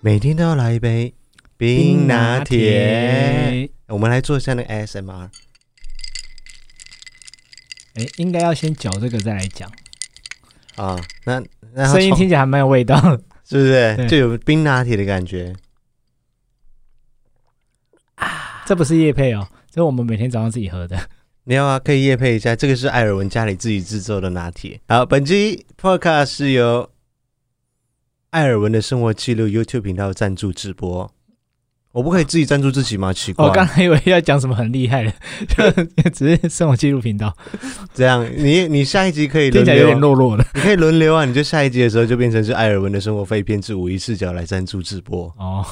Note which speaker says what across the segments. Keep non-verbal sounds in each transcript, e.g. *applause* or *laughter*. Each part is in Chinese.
Speaker 1: 每天都要来一杯冰拿铁。，我们来做一下那个 ASMR。
Speaker 2: 哎，应该要先嚼这个再来讲，
Speaker 1: 啊，那那它
Speaker 2: 声音
Speaker 1: 从
Speaker 2: 听起来还蛮有味道。 *laughs*
Speaker 1: 是不是
Speaker 2: 对
Speaker 1: 就有冰拿铁的感觉？
Speaker 2: 这不是夜配哦，这是我们每天早上自己 *laughs* 喝的。
Speaker 1: 你要啊，可以夜配一下，这个是艾尔文家里自己制作的拿铁。好，本期 podcast 是由艾尔文的生活记录 YouTube 频道赞助直播。我不可以自己赞助自己吗？奇怪，
Speaker 2: 哦我刚才以为要讲什么很厉害的， *laughs* 就只是生活记录频道，
Speaker 1: 这样你你下一集可以轮
Speaker 2: 听起来有
Speaker 1: 流
Speaker 2: 点，弱 *laughs* 弱的。
Speaker 1: 你可以轮流啊，你就下一集的时候就变成是艾尔文的生活废片之五一视角来赞助直播。
Speaker 2: 哦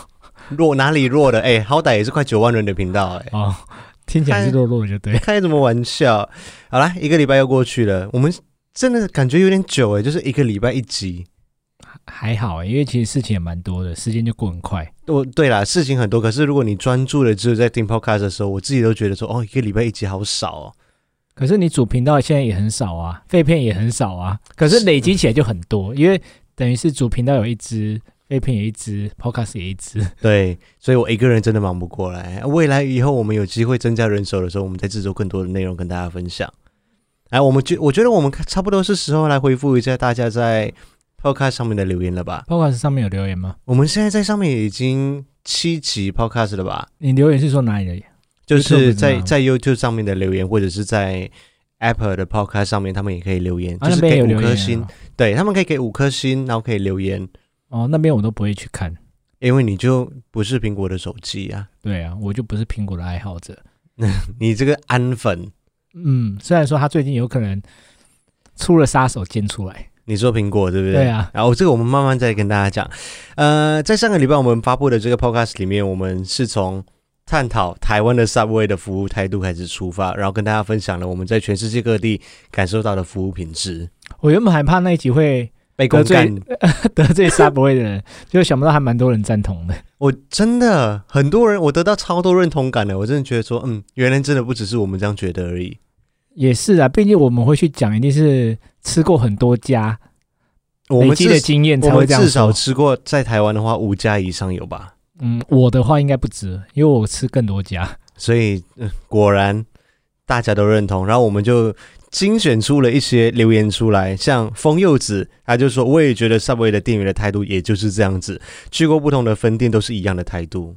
Speaker 1: 弱哪里弱了？哎、好歹也是快九万人的频道哎、
Speaker 2: 哦，听起来是弱弱的就对。
Speaker 1: 开什么玩笑？好啦，一个礼拜又过去了，我们真的感觉有点久哎、就是一个礼拜一集。
Speaker 2: *laughs* 还好、欸因为其实事情也蛮多的，时间就过很快。
Speaker 1: 我哦对啦，事情很多，可是如果你专注的只有在听 podcast 的时候，我自己都觉得说，哦，一个礼拜一集好少哦。
Speaker 2: 可是你主频道现在也很少啊，废片也很少啊，可是累积起来就很多，因为等于是主频道有一支，废片有一支，podcast 也一支。
Speaker 1: 对，所以我一个人真的忙不过来。未来以后我们有机会增加人手的时候，我们再制作更多的内容跟大家分享。哎，我们觉我觉得我们差不多是时候来回复一下大家在 podcast 上面的留言了吧？
Speaker 2: podcast 上面有留言吗？
Speaker 1: 我们现在在上面已经七集 podcast 了吧？
Speaker 2: 你留言是说哪里的？
Speaker 1: 就
Speaker 2: YouTube
Speaker 1: 是在
Speaker 2: 吗
Speaker 1: 在 YouTube 上面的留言，或者是在 Apple 的 podcast 上面，他们也可以留言，就
Speaker 2: 啊，那
Speaker 1: 是
Speaker 2: 边
Speaker 1: 给
Speaker 2: 有
Speaker 1: 五
Speaker 2: 留
Speaker 1: 颗
Speaker 2: 言
Speaker 1: 星
Speaker 2: 啊。
Speaker 1: 对他们可以给五颗星，然后可以留言，
Speaker 2: 哦，那边我都不会去看。
Speaker 1: 因为你就不是苹果的手机啊，
Speaker 2: 对啊，我就不是苹果的爱好者。
Speaker 1: 你这个安粉，
Speaker 2: 嗯，虽然说他最近有可能出了杀手锏出来，
Speaker 1: 你说苹果对不对？
Speaker 2: 对啊，
Speaker 1: 然后这个我们慢慢再跟大家讲。呃，在上个礼拜我们发布的这个 podcast 里面，我们是从探讨台湾的 Subway 的服务态度开始出发，然后跟大家分享了我们在全世界各地感受到的服务品质。
Speaker 2: 我原本还怕那一集会
Speaker 1: 被公
Speaker 2: 得罪
Speaker 1: 干，
Speaker 2: 得罪 Subway 的人， *laughs* 就想不到还蛮多人赞同的。
Speaker 1: 我真的很多人，我得到超多认同感的。我真的觉得说，嗯，原来真的不只是我们这样觉得而已。
Speaker 2: 也是啊，毕竟我们会去讲，一定是吃过很多家，
Speaker 1: 我
Speaker 2: 累
Speaker 1: 们
Speaker 2: 积的
Speaker 1: 至
Speaker 2: 经验
Speaker 1: 我
Speaker 2: 才会
Speaker 1: 们
Speaker 2: 这样
Speaker 1: 至少
Speaker 2: 说。
Speaker 1: 吃过，在台湾的话五家以上有吧。
Speaker 2: 嗯，我的话应该不止，因为我吃更多家。
Speaker 1: 所以、嗯果然大家都认同。然后我们就精选出了一些留言出来，像风柚子，他就说我也觉得 Subway 的店员的态度也就是这样子，去过不同的分店都是一样的态度，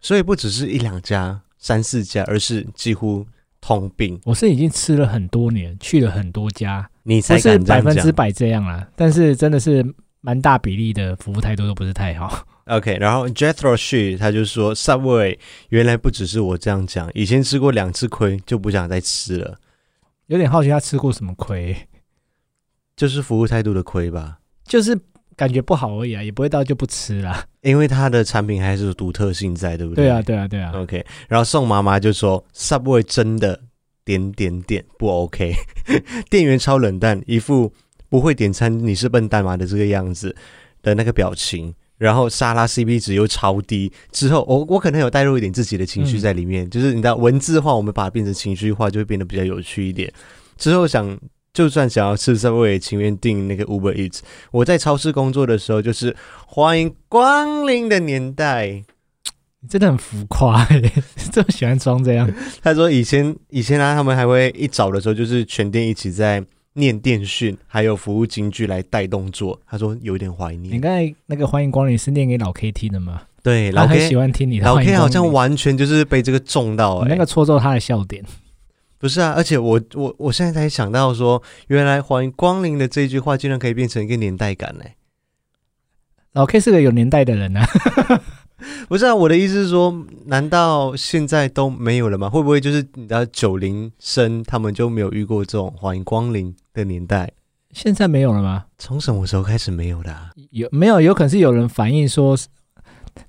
Speaker 1: 所以不只是一两家、三四家，而是几乎通病。
Speaker 2: 我是已经吃了很多年，去了很多家，
Speaker 1: 你才
Speaker 2: 不是
Speaker 1: 敢这
Speaker 2: 百
Speaker 1: 样
Speaker 2: 分之
Speaker 1: 讲。
Speaker 2: 百这样啦，但是真的是蛮大比例的服务态度都不是太好。 *laughs*
Speaker 1: OK，然后 Jethro She 他就说 Subway 原来不只是我这样讲，以前吃过两次亏就不想再吃了，
Speaker 2: 有点好奇他吃过什么亏、
Speaker 1: 就是服务态度的亏吧。
Speaker 2: 就是感觉不好而已啊，也不会到就不吃啦。
Speaker 1: 因为它的产品还是有独特性在，对不哦
Speaker 2: 对
Speaker 1: 对
Speaker 2: 啊，。对啊，对啊。
Speaker 1: OK，然后宋妈妈就说，Subway 真的点点点不 OK，店 *laughs* 员超冷淡，一副不会点餐你是笨蛋吗的这个样子的那个表情。然后沙拉 CP 值又超低，之后我我可能有带入一点自己的情绪在里面，就是你知道文字化，我们把它变成情绪化，就会变得比较有趣一点。之后想就算想要吃 Subway，也情愿订那个 Uber Eats。我在超市工作的时候，就是欢迎光临的年代。
Speaker 2: 你真的很浮夸、欸， *laughs* 这么喜欢装这样。
Speaker 1: 他说以前以前啊，他们还会一早的时候就是全店一起在念电讯，还有服务金句来带动作。他说有点怀
Speaker 2: 你
Speaker 1: 念，
Speaker 2: 刚才那个欢迎光临是念给老 K 听的吗？
Speaker 1: 对
Speaker 2: 嗯他
Speaker 1: 老
Speaker 2: 很喜
Speaker 1: K
Speaker 2: 欢听你的
Speaker 1: 老
Speaker 2: 欢迎
Speaker 1: K
Speaker 2: 光
Speaker 1: 好
Speaker 2: 临
Speaker 1: 像完全就是被这个中到哎、
Speaker 2: 你那个戳中他的笑点。
Speaker 1: 不是啊，而且我我我现在才想到说，原来欢迎光临的这一句话竟然可以变成一个年代感哎、
Speaker 2: 老 K 是个有年代的人啊， *laughs*
Speaker 1: 不是啊，我的意思是说，难道现在都没有了吗？会不会就是你知道九零生他们就没有遇过这种欢迎光临的年代？
Speaker 2: 现在没有了吗？
Speaker 1: 从什么时候开始没有的、啊？
Speaker 2: 有没有？有可能是有人反映说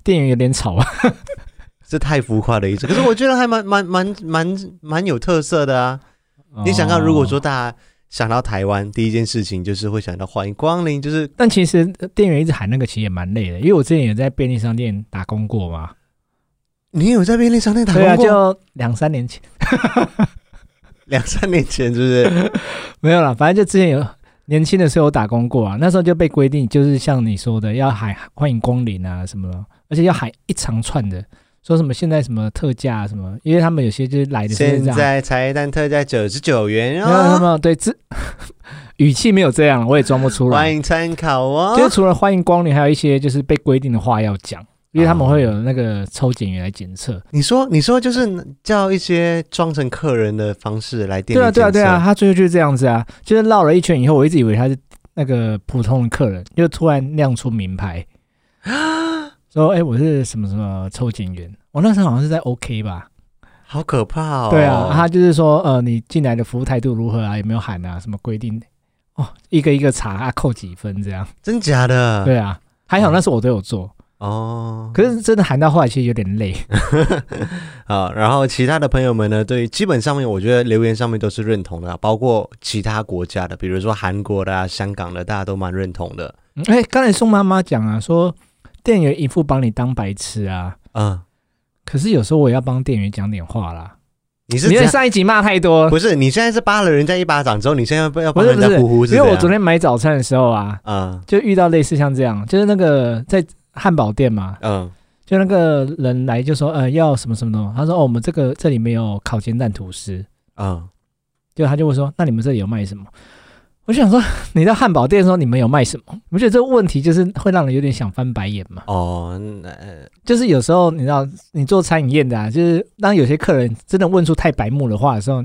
Speaker 2: 店员有点吵啊。
Speaker 1: 这太浮夸的意思。可是我觉得还蛮蛮蛮蛮蛮有特色的啊！你想看，如果说
Speaker 2: 哦，
Speaker 1: 大家想到台湾，第一件事情就是会想到欢迎光临，就是
Speaker 2: 但其实呃店员一直喊那个，其实也蛮累的，因为我之前也在便利商店打工过嘛。
Speaker 1: 你有在便利商店打
Speaker 2: 对啊，
Speaker 1: 工过？
Speaker 2: 就两三年前。
Speaker 1: 两三年前是不是？
Speaker 2: *laughs* 没有啦，反正就之前有年轻的时候有打工过啊，那时候就被规定，就是像你说的，要喊欢迎光临啊什么的，而且要喊一长串的，说什么现在什么特价、啊、什么，因为他们有些就是来的时候
Speaker 1: 现
Speaker 2: 这样啊喊，
Speaker 1: 在茶叶蛋特价九十九元
Speaker 2: *laughs* 没有没有没
Speaker 1: 哦，
Speaker 2: 有对，这语气没有这样，我也装不出来
Speaker 1: 欢。迎参考哦。
Speaker 2: 就是除了欢迎光临，还有一些就是被规定的话要讲，因为他们会有那个抽检员来检测。
Speaker 1: 你说，你说就是叫一些装成客人的方式来店
Speaker 2: 对
Speaker 1: 里
Speaker 2: 啊，对啊，对啊，
Speaker 1: 检测，
Speaker 2: 他最后就是这样子啊，就是绕了一圈以后，我一直以为他是那个普通的客人，就突然亮出名牌，
Speaker 1: *gasps*
Speaker 2: 说：“哎、我是什么什么抽检员。”我那时候好像是在 OK 吧？
Speaker 1: 好可怕哦。
Speaker 2: 对啊，他就是说，呃，你进来的服务态度如何啊？有没有喊啊？什么规定？哦，一个一个查，啊、扣几分这样。
Speaker 1: 真假的？
Speaker 2: 对啊，还好那时候我都有做，
Speaker 1: 哦，
Speaker 2: 可是真的喊到后来其实有点累。
Speaker 1: *laughs* 啊，然后其他的朋友们呢，对于基本上面，我觉得留言上面都是认同的啊，包括其他国家的，比如说韩国的、啊、香港的，大家都蛮认同的。
Speaker 2: 嗯哎、刚才宋妈妈讲啊，说店员一副帮你当白痴啊，
Speaker 1: 嗯，
Speaker 2: 可是有时候我也要帮店员讲点话啦。
Speaker 1: 你是
Speaker 2: 因
Speaker 1: 怎
Speaker 2: 为
Speaker 1: 样
Speaker 2: 上一集骂太多，
Speaker 1: 不是？你现在是扒了人家一巴掌之后，你现在要要帮
Speaker 2: 不是
Speaker 1: 人家
Speaker 2: 不是
Speaker 1: 呼呼是
Speaker 2: 因
Speaker 1: 这
Speaker 2: 为我
Speaker 1: 样
Speaker 2: 昨天买早餐的时候啊，
Speaker 1: 嗯
Speaker 2: 就遇到类似像这样，就是那个在汉堡店嘛，
Speaker 1: 嗯
Speaker 2: 就那个人来就说，呃，要什么什么东西，他说哦，我们这个这里没有烤煎蛋吐司，
Speaker 1: 嗯，
Speaker 2: 就他就会说，那你们这里有卖什么？我就想说， *laughs* 你到汉堡店的时候，你们有卖什么？我觉得这个问题就是会让人有点想翻白眼嘛。
Speaker 1: 哦，那呃
Speaker 2: 就是有时候你知道，你做餐饮业的啊，就是当有些客人真的问出太白目的话的时候，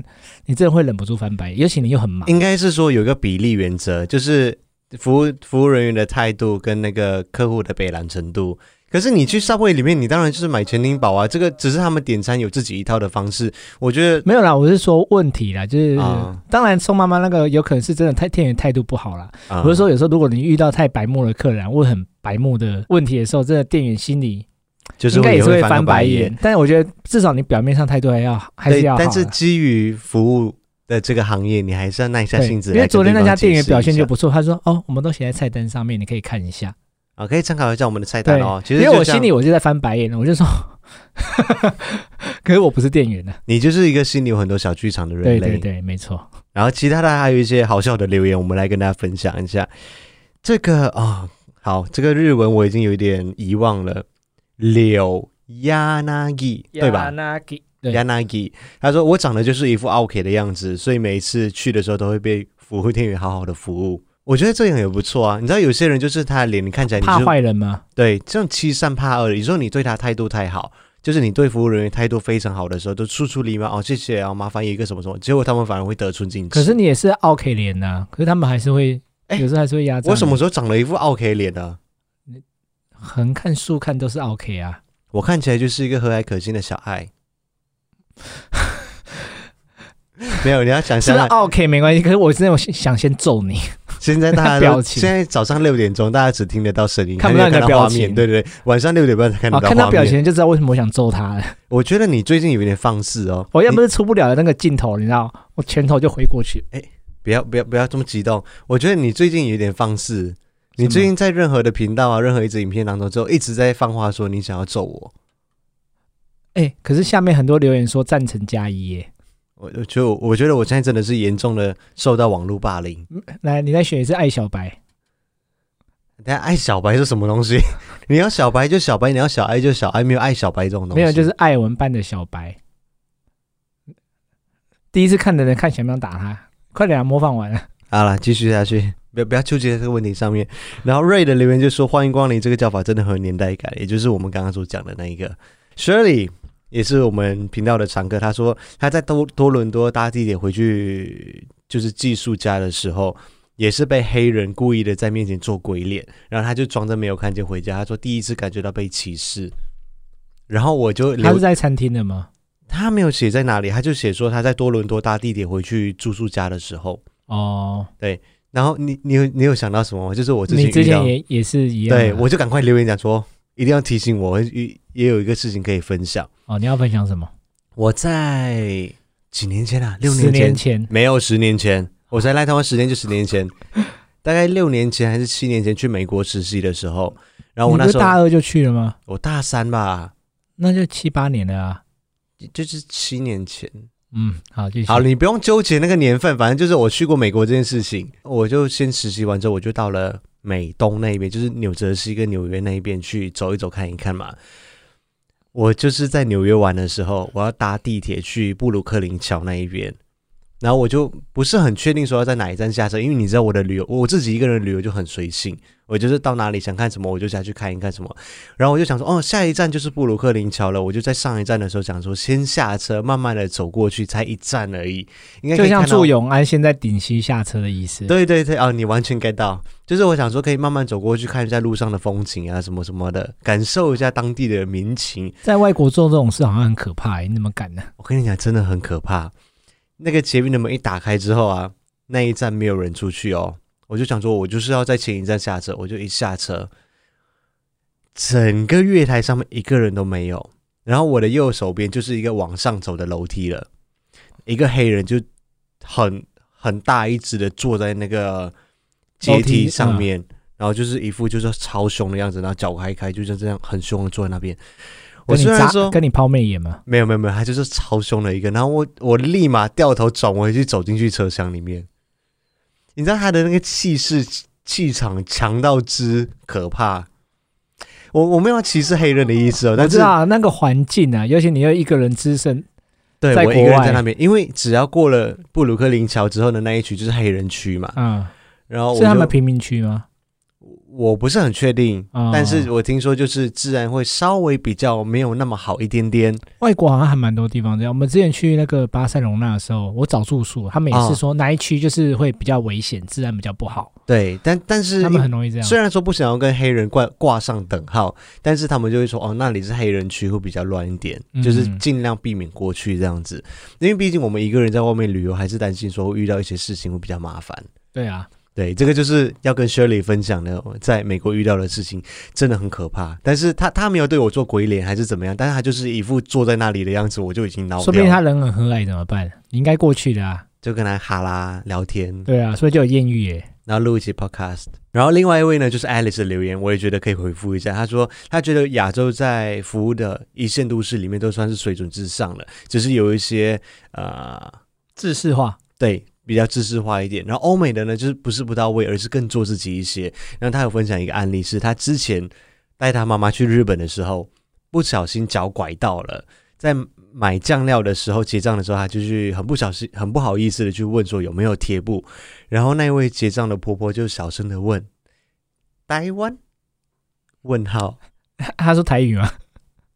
Speaker 2: 你真的会忍不住翻白眼，尤其你又很忙。
Speaker 1: 应该是说有一个比例原则，就是服务服务人员的态度跟那个客户的北兰程度。可是你去 Subway 里面，你当然就是买全丁堡啊，这个只是他们点餐有自己一套的方式。我觉得
Speaker 2: *laughs* 没有啦，我是说问题啦，就是、
Speaker 1: 啊
Speaker 2: 当然宋妈妈那个有可能是真的太店员态度不好啦。
Speaker 1: 啊
Speaker 2: 我是说，有时候如果你遇到太白目的客人啊问很白目的问题的时候，真的店员心里
Speaker 1: 就是
Speaker 2: 应该也是
Speaker 1: 会
Speaker 2: 翻
Speaker 1: 翻白
Speaker 2: 眼。。但是我觉得至少你表面上态度还要还
Speaker 1: 对，
Speaker 2: 是要好啦。
Speaker 1: 但
Speaker 2: 啊
Speaker 1: 是基于服务的这个行业，你还是要耐下
Speaker 2: 对
Speaker 1: 性子
Speaker 2: 因
Speaker 1: 来
Speaker 2: 为
Speaker 1: 跟
Speaker 2: 昨
Speaker 1: 对
Speaker 2: 天
Speaker 1: 方解释一下。
Speaker 2: 那家店员表现就不错，他说：“哦，我们都写在菜单上面，你可以看一下。”
Speaker 1: 啊，可以参考一下我们的菜单哦。其实
Speaker 2: 因为
Speaker 1: 就
Speaker 2: 我
Speaker 1: 这
Speaker 2: 心
Speaker 1: 样
Speaker 2: 里我就在翻白眼了，我就说， *laughs* 可是我不是店员呢、
Speaker 1: 你就是一个心里有很多小剧场的人类。
Speaker 2: 对对对，没错。
Speaker 1: 然后其他的还有一些好笑的留言，我们来跟大家分享一下。这个啊、好，这个日文我已经有一点遗忘了。柳亚那吉，对吧？哎
Speaker 2: 对
Speaker 1: Yanagi，他说我长得就是一副 OK 的样子，所以每一次去的时候都会被服务店员好好的服务。我觉得这样也不错啊。你知道有些人就是他的脸，你看起来你
Speaker 2: 怕
Speaker 1: 就
Speaker 2: 坏人吗？
Speaker 1: 对这种欺善怕恶的。你说你对他态度太好，就是你对服务人员态度非常好的时候，都处处礼貌哦，谢谢啊，麻烦一个什么什么，结果他们反而会得寸进尺。
Speaker 2: 可是你也是 OK 脸呐、啊可是他们还是会，
Speaker 1: 哎
Speaker 2: 有时候还是会压榨你。
Speaker 1: 我什么时候长了一副 OK 脸呢、
Speaker 2: 横看竖看都是 OK 啊？
Speaker 1: 我看起来就是一个和蔼可亲的小爱。 *laughs* 没有，你要想
Speaker 2: 是
Speaker 1: 想
Speaker 2: 不是啊
Speaker 1: 看
Speaker 2: OK 没关系，可是我真的想先揍你。
Speaker 1: 现在大家
Speaker 2: 表
Speaker 1: 都
Speaker 2: 情
Speaker 1: 现在早上六点钟，大家只听得到声音，
Speaker 2: 看不到
Speaker 1: 还没有
Speaker 2: 你的
Speaker 1: 看到画
Speaker 2: 表
Speaker 1: 面。
Speaker 2: 情
Speaker 1: 对对对，晚上六点半才 *laughs* 看
Speaker 2: 啊，
Speaker 1: 得到
Speaker 2: 看
Speaker 1: 画
Speaker 2: 到表
Speaker 1: 面。
Speaker 2: 情就知道为什么我想揍他
Speaker 1: *laughs*
Speaker 2: 了。
Speaker 1: 我觉得你最近有点放肆哦。
Speaker 2: 我要
Speaker 1: 你
Speaker 2: 不是出不了那个镜头，你知道，我拳头就挥过去。
Speaker 1: 不要不要不要这么激动，我觉得你最近有点放肆。你
Speaker 2: 什么
Speaker 1: 最近在任何的频道啊，任何一支影片当中，就一直在放话说你想要揍我。
Speaker 2: 哎、可是下面很多留言说赞成加一耶。
Speaker 1: 我我就我觉得我现在真的是严重的受到网络霸凌。
Speaker 2: 来，你再选一次爱小白。
Speaker 1: 大家爱小白是什么东西？ *laughs* 你要小白就小白，你要小爱就小爱，没有爱小白这种东西。
Speaker 2: 没有，就是艾文扮的小白。第一次看的人看想不想打他，快点、啊、模仿完了。
Speaker 1: 好了，继续下去，不要不要纠结在这个问题上面。然后瑞的留言就说：“欢迎光临，这个叫法真的很有年代感，也就是我们刚刚所讲的那一个。” Shirley 也是我们频道的常客，他说他在多多伦多搭地铁回去就是寄宿家的时候，也是被黑人故意的在面前做鬼脸，然后他就装着没有看见回家。他说第一次感觉到被歧视，然后我就
Speaker 2: 他
Speaker 1: 留
Speaker 2: 是在餐厅的吗？
Speaker 1: 他没有写在哪里，他就写说他在多伦多搭地铁回去住宿家的时候。
Speaker 2: 哦，
Speaker 1: 然后你你有你有想到什么吗？就是我之前
Speaker 2: 你之
Speaker 1: 遇到
Speaker 2: 前也也是一样啊。
Speaker 1: 对，我就赶快留言讲说，一定要提醒我，也也有一个事情可以分享。
Speaker 2: 哦，你要分享什么？
Speaker 1: 我在几年前啊，六
Speaker 2: 十
Speaker 1: 年前
Speaker 2: 年前，
Speaker 1: 没有十年前，我才来台湾十年就十年前， *laughs* 大概六年前还是七年前去美国实习的时候，然后我
Speaker 2: 你
Speaker 1: 那时
Speaker 2: 不是
Speaker 1: 候
Speaker 2: 大二就去了吗？
Speaker 1: 我大三吧，
Speaker 2: 那就七八年了啊。
Speaker 1: 就是七年前，
Speaker 2: 嗯，好，继续。
Speaker 1: 好，你不用纠结那个年份，反正就是我去过美国这件事情，我就先实习完之后，我就到了美东那边，就是纽泽西跟纽约那一边去走一走看一看嘛。我就是在纽约玩的时候，我要搭地铁去布鲁克林桥那一边，然后我就不是很确定说要在哪一站下车，因为你知道我的旅游，我自己一个人旅游就很随性，我就是到哪里想看什么我就下去看一看什么，然后我就想说，哦，下一站就是布鲁克林桥了，我就在上一站的时候想说，先下车，慢慢的走过去，才一站而已，应该可
Speaker 2: 就
Speaker 1: 以看
Speaker 2: 像
Speaker 1: 到
Speaker 2: 祝永安现在顶溪下车的意思。
Speaker 1: 对对对，哦，你完全 get 到，就是我想说可以慢慢走过去看一下路上的风景啊，什么什么的，感受一下当地的民情，
Speaker 2: 在外国做这种事好像很可怕、欸，你怎么敢呢、
Speaker 1: 我跟你讲，真的很可怕。那个捷运的门一打开之后啊，那一站没有人出去哦。我就想说，我就是要在前一站下车，我就一下车，整个月台上面一个人都没有。然后我的右手边就是一个往上走的楼梯了，一个黑人就很很大一只的坐在那个阶
Speaker 2: 楼梯嗯
Speaker 1: 梯上面，然后就是一副就是超凶的样子，然后脚开开，就像这样很凶的坐在那边。我
Speaker 2: 跟你
Speaker 1: 虽然
Speaker 2: 扎
Speaker 1: 说
Speaker 2: 跟你抛媚眼吗？
Speaker 1: 没有没有没有，他就是超凶的一个。然后我我立马掉头转回去，走进去车厢里面。你知道他的那个气势气场强到之可怕。我我没有要歧视黑人的意思哦，
Speaker 2: 我
Speaker 1: 但
Speaker 2: 知
Speaker 1: 是
Speaker 2: 道啊那个环境啊，尤其你又一个人只身，
Speaker 1: 对
Speaker 2: 在
Speaker 1: 我
Speaker 2: 国
Speaker 1: 一个人
Speaker 2: 外
Speaker 1: 在那边，因为只要过了布鲁克林桥之后的那一区就是黑人区嘛，
Speaker 2: 嗯，
Speaker 1: 然哦后我
Speaker 2: 是他们
Speaker 1: 就
Speaker 2: 贫民区吗？
Speaker 1: 我不是很确定，
Speaker 2: 哦
Speaker 1: 但是我听说就是治安会稍微比较没有那么好一点点。
Speaker 2: 外国好像还蛮多地方这样。我们之前去那个巴塞隆纳的时候，我找住宿，他们也是
Speaker 1: 哦
Speaker 2: 说哪一区就是会比较危险，治安比较不好，
Speaker 1: 对，但但是
Speaker 2: 他们很容易这样。
Speaker 1: 虽然说不想要跟黑人挂挂上等号，但是他们就会说哦，那里是黑人区，会比较乱一点，
Speaker 2: 嗯
Speaker 1: 就是尽量避免过去这样子。因为毕竟我们一个人在外面旅游，还是担心说会遇到一些事情会比较麻烦。
Speaker 2: 对啊，
Speaker 1: 对，这个就是要跟 Shirley 分享的，我在美国遇到的事情真的很可怕。但是他他没有对我做鬼脸还是怎么样，但是他就是一副坐在那里的样子，我就已经恼
Speaker 2: 说不
Speaker 1: 掉
Speaker 2: 定他
Speaker 1: 了，
Speaker 2: 人很和蔼怎么办？你应该过去的啊。
Speaker 1: 就跟他哈拉聊天，
Speaker 2: 对啊，所以就有艳遇耶。
Speaker 1: 然后录一期 podcast。然后另外一位呢，就是 Alice 的留言，我也觉得可以回复一下。她说，她觉得亚洲在服务的一线都市里面都算是水准之上了，只是有一些呃，
Speaker 2: 制式化， *laughs*
Speaker 1: 对，比较知识化一点。然后欧美的呢，就是不是不到位，而是更做自己一些。然后她有分享一个案例是，她之前带她妈妈去日本的时候，不小心脚拐到了，在买酱料的时候结账的时候，她就去很不小心、很不好意思的去问说有没有贴布，然后那位结账的婆婆就小声的问：“台湾？”问号
Speaker 2: 他说台语吗？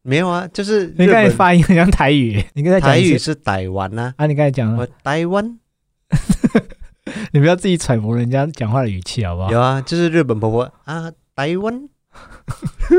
Speaker 1: 没有啊，就是
Speaker 2: 你
Speaker 1: 日
Speaker 2: 刚才
Speaker 1: 本
Speaker 2: 发音很像台语耶，你刚才讲
Speaker 1: 台
Speaker 2: 一次
Speaker 1: 语是台湾呐、
Speaker 2: 啊，你刚才讲
Speaker 1: 啊，我
Speaker 2: 了，
Speaker 1: 台湾
Speaker 2: 你不要自己揣摩人家讲话的语气好不好？
Speaker 1: 有啊，就是日本婆婆啊，台湾。 *laughs*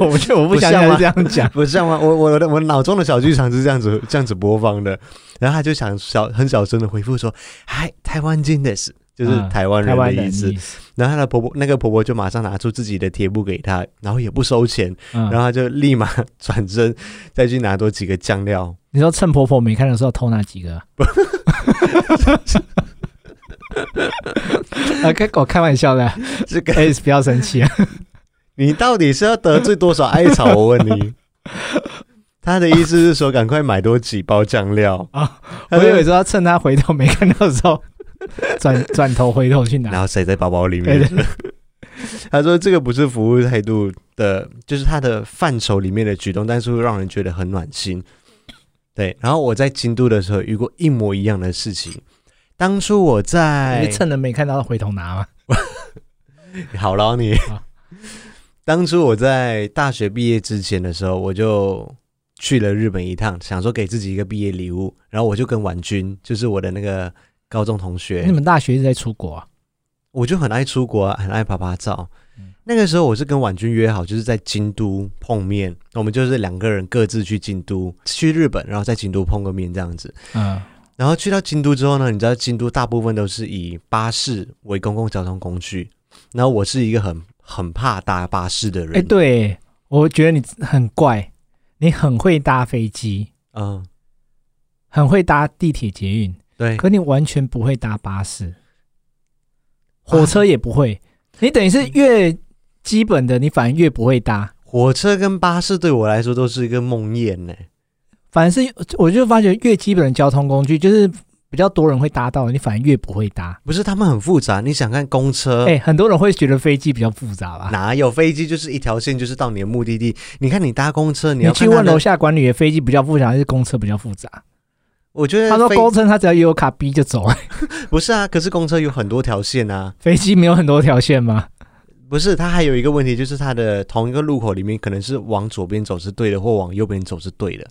Speaker 2: 我就我不
Speaker 1: 不
Speaker 2: 想
Speaker 1: 像啊
Speaker 2: 人
Speaker 1: 吗，
Speaker 2: 这样讲
Speaker 1: *laughs* 不是这样吗？我我的我脑中的小剧场是这样子这样子播放的，然后他就想小很小声的回复说：“嗨，台湾金的是就是
Speaker 2: 嗯
Speaker 1: 啊台湾
Speaker 2: 台
Speaker 1: 人
Speaker 2: 湾
Speaker 1: 的
Speaker 2: 人
Speaker 1: 意思。
Speaker 2: 的意思
Speaker 1: 然后他的婆婆那个婆婆就马上拿出自己的贴布给他，然后也不收钱，
Speaker 2: 嗯，
Speaker 1: 然后他就立马转身再去拿多几个酱料。 *laughs*
Speaker 2: 你说趁婆婆没看的时候偷那几个啊？ *laughs* 啊，开我开玩笑的啊
Speaker 1: 这个
Speaker 2: ，S 不要生气啊！
Speaker 1: 你到底是要得罪多少艾草？我问
Speaker 2: *laughs*
Speaker 1: 你。他的意思是说，赶快买多几包酱料
Speaker 2: 啊！
Speaker 1: 他
Speaker 2: 我
Speaker 1: 就
Speaker 2: 以为说要趁她回头没看到的时候，转转头回头去
Speaker 1: 然
Speaker 2: 拿。
Speaker 1: 后塞在包包里
Speaker 2: 对
Speaker 1: 面。
Speaker 2: 对，
Speaker 1: 他说这个不是服务态度的，就是他的范畴里面的举动，但是会让人觉得很暖心。对，然后我在京都的时候遇过一模一样的事情。当初我在
Speaker 2: 你趁人没看到回头拿嘛。
Speaker 1: *laughs* 好了你
Speaker 2: 啊，
Speaker 1: 当初我在大学毕业之前的时候，我就去了日本一趟，想说给自己一个毕业礼物。然后我就跟婉君，就是我的那个高中同学，
Speaker 2: 你们大学一直在出国啊？
Speaker 1: 我就很爱出国、啊，很爱拍拍照
Speaker 2: 嗯。
Speaker 1: 那个时候我是跟婉君约好，就是在京都碰面，我们就是两个人各自去京都，去日本，然后在京都碰个面这样子。
Speaker 2: 嗯，
Speaker 1: 然后去到京都之后呢，你知道京都大部分都是以巴士为公共交通工具，然后我是一个很很怕搭巴士的人，
Speaker 2: 哎，对，我觉得你很怪，你很会搭飞机，
Speaker 1: 嗯，
Speaker 2: 很会搭地铁、捷运，
Speaker 1: 对，啊
Speaker 2: 可你完全不会搭巴士，火车也不会。你等于是越基本的，你反而越不会搭。
Speaker 1: 火车跟巴士对我来说都是一个梦魇呢、
Speaker 2: 反正是我就发觉越基本的交通工具，就是比较多人会搭到的，你反而越不会搭。
Speaker 1: 不是他们很复杂，你想看公车。
Speaker 2: 哎、很多人会觉得飞机比较复杂吧？
Speaker 1: 哪有飞机就是一条线，就是到你的目的地。你看你搭公车，你
Speaker 2: 你
Speaker 1: 要
Speaker 2: 去
Speaker 1: 看它
Speaker 2: 问
Speaker 1: 的
Speaker 2: 楼下管理员，飞机比较复杂还是公车比较复杂？
Speaker 1: 我觉得
Speaker 2: 他说
Speaker 1: 飞
Speaker 2: 公车他只要有卡 B 就走了， *laughs*
Speaker 1: 不是啊，可是公车有很多条线啊。
Speaker 2: 飞机没有很多条线吗？
Speaker 1: 不是，它还有一个问题，就是它的同一个路口里面，可能是往左边走是对的，或往右边走是对的。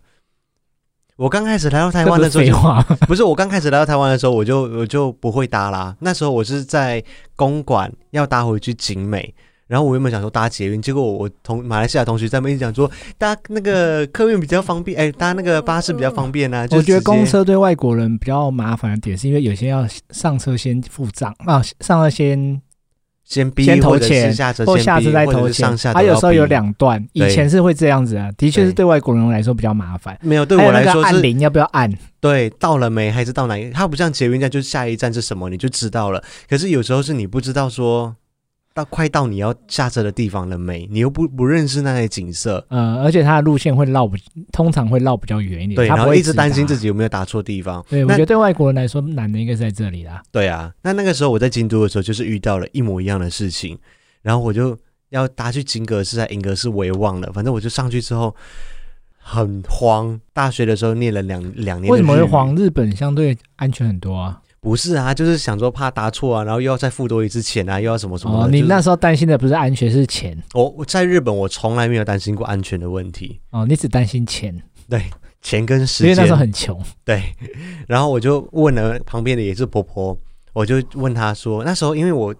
Speaker 1: 我刚开始来到台湾的时候
Speaker 2: 这不是废
Speaker 1: 就，
Speaker 2: 话
Speaker 1: *laughs*
Speaker 2: 吗，
Speaker 1: 不是我刚开始来到台湾的时候，我就我就不会搭啦。那时候我是在公馆要搭回去景美，然后我原本想说搭捷运，结果我同马来西亚同学在那边一直讲说搭那个客运比较方便，哎，搭那个巴士比较方便啊。就
Speaker 2: 我觉得
Speaker 1: 直接
Speaker 2: 公车对外国人比较麻烦的点，是因为有些要上车先付账啊，上车先
Speaker 1: 先逼
Speaker 2: 先投
Speaker 1: 或者是
Speaker 2: 钱
Speaker 1: 下车
Speaker 2: 或
Speaker 1: 先
Speaker 2: 下
Speaker 1: 逼
Speaker 2: 次再
Speaker 1: 或者
Speaker 2: 投
Speaker 1: 是
Speaker 2: 钱
Speaker 1: 上下，
Speaker 2: 它
Speaker 1: 都
Speaker 2: 有
Speaker 1: 要
Speaker 2: 时候有
Speaker 1: 逼
Speaker 2: 两段，以
Speaker 1: 对
Speaker 2: 前是会这样子啊，的确是
Speaker 1: 对
Speaker 2: 对外国人来说比较麻烦。
Speaker 1: 没有对
Speaker 2: 还
Speaker 1: 我
Speaker 2: 有那
Speaker 1: 来
Speaker 2: 个
Speaker 1: 说
Speaker 2: 按
Speaker 1: 是
Speaker 2: 铃要不要按？
Speaker 1: 对，到了没？还是到哪一个？它不像捷运站，就是下一站是什么你就知道了。可是有时候是你不知道说到快到你要下车的地方了没，你又不不认识那些景色，
Speaker 2: 呃，而且它的路线会绕不，直，通常会绕比较远一点。
Speaker 1: 对，
Speaker 2: 它
Speaker 1: 然
Speaker 2: 不
Speaker 1: 后
Speaker 2: 会
Speaker 1: 一直担心
Speaker 2: 直
Speaker 1: 自
Speaker 2: 达。
Speaker 1: 己有没有打错地方。
Speaker 2: 对，我
Speaker 1: 那
Speaker 2: 觉得对外国人来说难的应该是在这里啦。
Speaker 1: 对啊，那那个时候我在京都的时候，就是遇到了一模一样的事情，然后我就要搭去金阁寺还是银阁寺，我也忘了，反正我就上去之后很慌。大学的时候念了两两年，
Speaker 2: 为什么会？黄日本相对安全很多啊？
Speaker 1: 不是啊，就是想说怕答错啊，然后又要再付多一次钱啊，又要什么什么的。
Speaker 2: 哦，你
Speaker 1: 就是
Speaker 2: 那时候担心的不是安全，是钱
Speaker 1: 我我在日本，我从来没有担心过安全的问题，
Speaker 2: 哦，你只担心钱，
Speaker 1: 钱跟时
Speaker 2: 因为
Speaker 1: 间。
Speaker 2: 那时候很穷。
Speaker 1: 对，然后我就问了旁边的也是婆婆，我就问她说，那时候因为我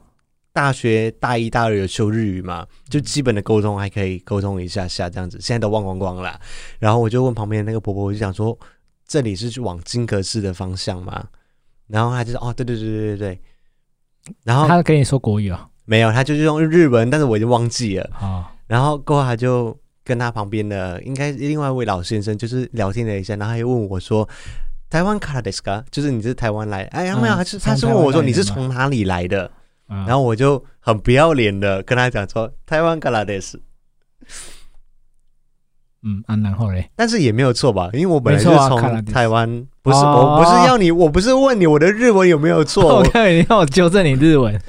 Speaker 1: 大学大一大二有修日语
Speaker 2: 嗯
Speaker 1: 嘛，就基本的沟通还可以沟通一下下这样子，现在都忘光光了。然后我就问旁边的那个婆婆，我就想说，这里是去往金阁寺的方向吗？然后她就说，哦，对对对对对对。然后
Speaker 2: 他跟你说国语哦，
Speaker 1: 没有，她就是用日文，但是我已经忘记了。
Speaker 2: 哦，
Speaker 1: 然后过后他就跟他旁边的应该是另外一位老先生就是聊天了一下，然后他又问我说：“台湾卡ですか？就是你是台湾来？”哎呀，
Speaker 2: 嗯
Speaker 1: 没有，他是
Speaker 2: 从
Speaker 1: 他是
Speaker 2: 台
Speaker 1: 问
Speaker 2: 湾
Speaker 1: 我说
Speaker 2: 来的
Speaker 1: 你是
Speaker 2: 吗
Speaker 1: 从哪里来的？
Speaker 2: 然
Speaker 1: 然后我就很不要脸的跟他讲说：“台湾卡です。
Speaker 2: 嗯啊，然后嘞，”
Speaker 1: 但是也没有错吧，因为我本来
Speaker 2: 没
Speaker 1: 就
Speaker 2: 错
Speaker 1: 是
Speaker 2: 啊卡拉
Speaker 1: 从
Speaker 2: 迪斯
Speaker 1: 台湾，不是
Speaker 2: 哦
Speaker 1: 我不是要你，我不是问你我的日文有没有错，
Speaker 2: *laughs* 我
Speaker 1: 我
Speaker 2: 看你让我纠正你日文，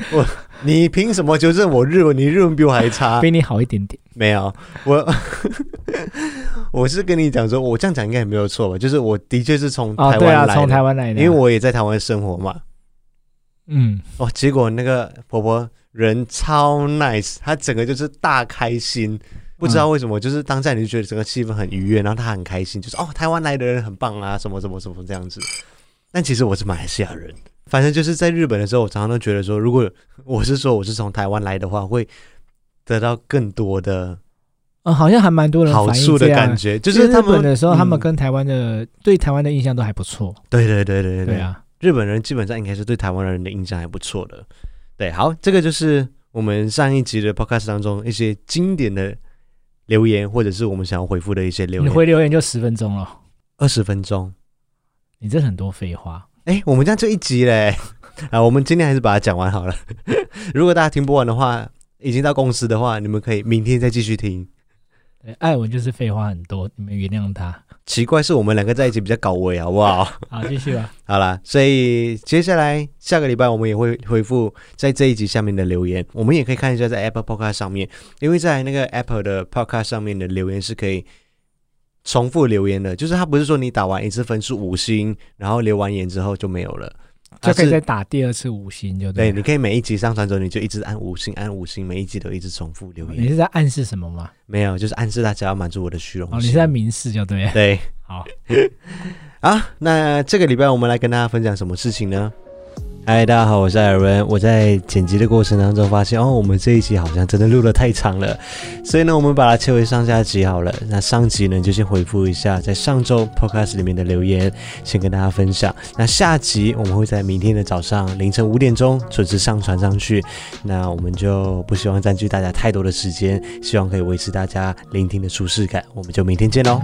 Speaker 1: 你凭什么纠正我日文？你日文比我还差，
Speaker 2: 比你好一点点。
Speaker 1: 没有，我 *laughs* 我是跟你讲说，我这样讲应该也没有错吧？就是我的确是从
Speaker 2: 哦，
Speaker 1: 台
Speaker 2: 对
Speaker 1: 湾
Speaker 2: 啊，
Speaker 1: 来的，
Speaker 2: 从台湾来的啊，
Speaker 1: 因为我也在台湾生活嘛。
Speaker 2: 嗯，
Speaker 1: 哦，结果那个婆婆人超 nice，她整个就是大开心，不知道为什么，就是当下你就觉得整个气氛很愉悦，然后她很开心，就是哦，台湾来的人很棒啊，什么什么什么这样子。但其实我是马来西亚人，反正就是在日本的时候，我常常都觉得说，如果我是说我是从台湾来的话，会得到更多的
Speaker 2: 嗯，好像还蛮多人
Speaker 1: 好
Speaker 2: 反
Speaker 1: 处
Speaker 2: 映这
Speaker 1: 的
Speaker 2: 样
Speaker 1: 感。觉，就
Speaker 2: 就是是
Speaker 1: 他
Speaker 2: 日
Speaker 1: 们
Speaker 2: 本的时候，他们
Speaker 1: 嗯
Speaker 2: 跟台湾的对台湾的印象都还不错。
Speaker 1: 对对对对对
Speaker 2: 对
Speaker 1: 对，
Speaker 2: 啊，
Speaker 1: 日本人基本上应该是对台湾人的印象还不错的。对，好，这个就是我们上一集的 podcast 当中一些经典的留言，或者是我们想要回复的一些留
Speaker 2: 你
Speaker 1: 言。
Speaker 2: 回留言就十分钟了，
Speaker 1: 二十分钟，
Speaker 2: 你这很多废话。
Speaker 1: 哎，我们这样就一集嘞。 *laughs* 啊，我们今天还是把它讲完好了。 *laughs* 如果大家听不完的话，已经到公司的话，你们可以明天再继续听。
Speaker 2: 对，艾文就是废话很多，你们原
Speaker 1: *laughs*
Speaker 2: 谅他。
Speaker 1: 奇怪，是我们两个在一起比较搞味，好不好？
Speaker 2: 好，继续吧。
Speaker 1: 好啦，所以接下来下个礼拜我们也会回复在这一集下面的留言，我们也可以看一下在 Apple Podcast 上面，因为在那个 Apple 的 Podcast 上面的留言是可以重复留言的，就是它不是说你打完一次分数五星，然后留完言之后就没有了，
Speaker 2: 就可
Speaker 1: 它
Speaker 2: 以再
Speaker 1: 是
Speaker 2: 打第二次五星，就
Speaker 1: 对，
Speaker 2: 对了。
Speaker 1: 你可以每一集上传之后你就一直按五星，按五星，每一集都一直重复留
Speaker 2: 你
Speaker 1: 言，
Speaker 2: 是在暗示什么吗？
Speaker 1: 没有，就是暗示大家要满足我的虚荣
Speaker 2: 哦，你是
Speaker 1: 心。
Speaker 2: 在明示就对了。
Speaker 1: 对，
Speaker 2: 好，
Speaker 1: 啊，那这个礼拜我们来跟大家分享什么事情呢？嗨，大家好，我是艾文。我在剪辑的过程当中发现，哦，我们这一集好像真的录的太长了，所以呢，我们把它切回上下集好了。那上集呢，就先回复一下在上周 podcast 里面的留言，先跟大家分享。那下集我们会在明天的早上凌晨五点钟准时上传上去。那我们就不希望占据大家太多的时间，希望可以维持大家聆听的舒适感。我们就明天见喽。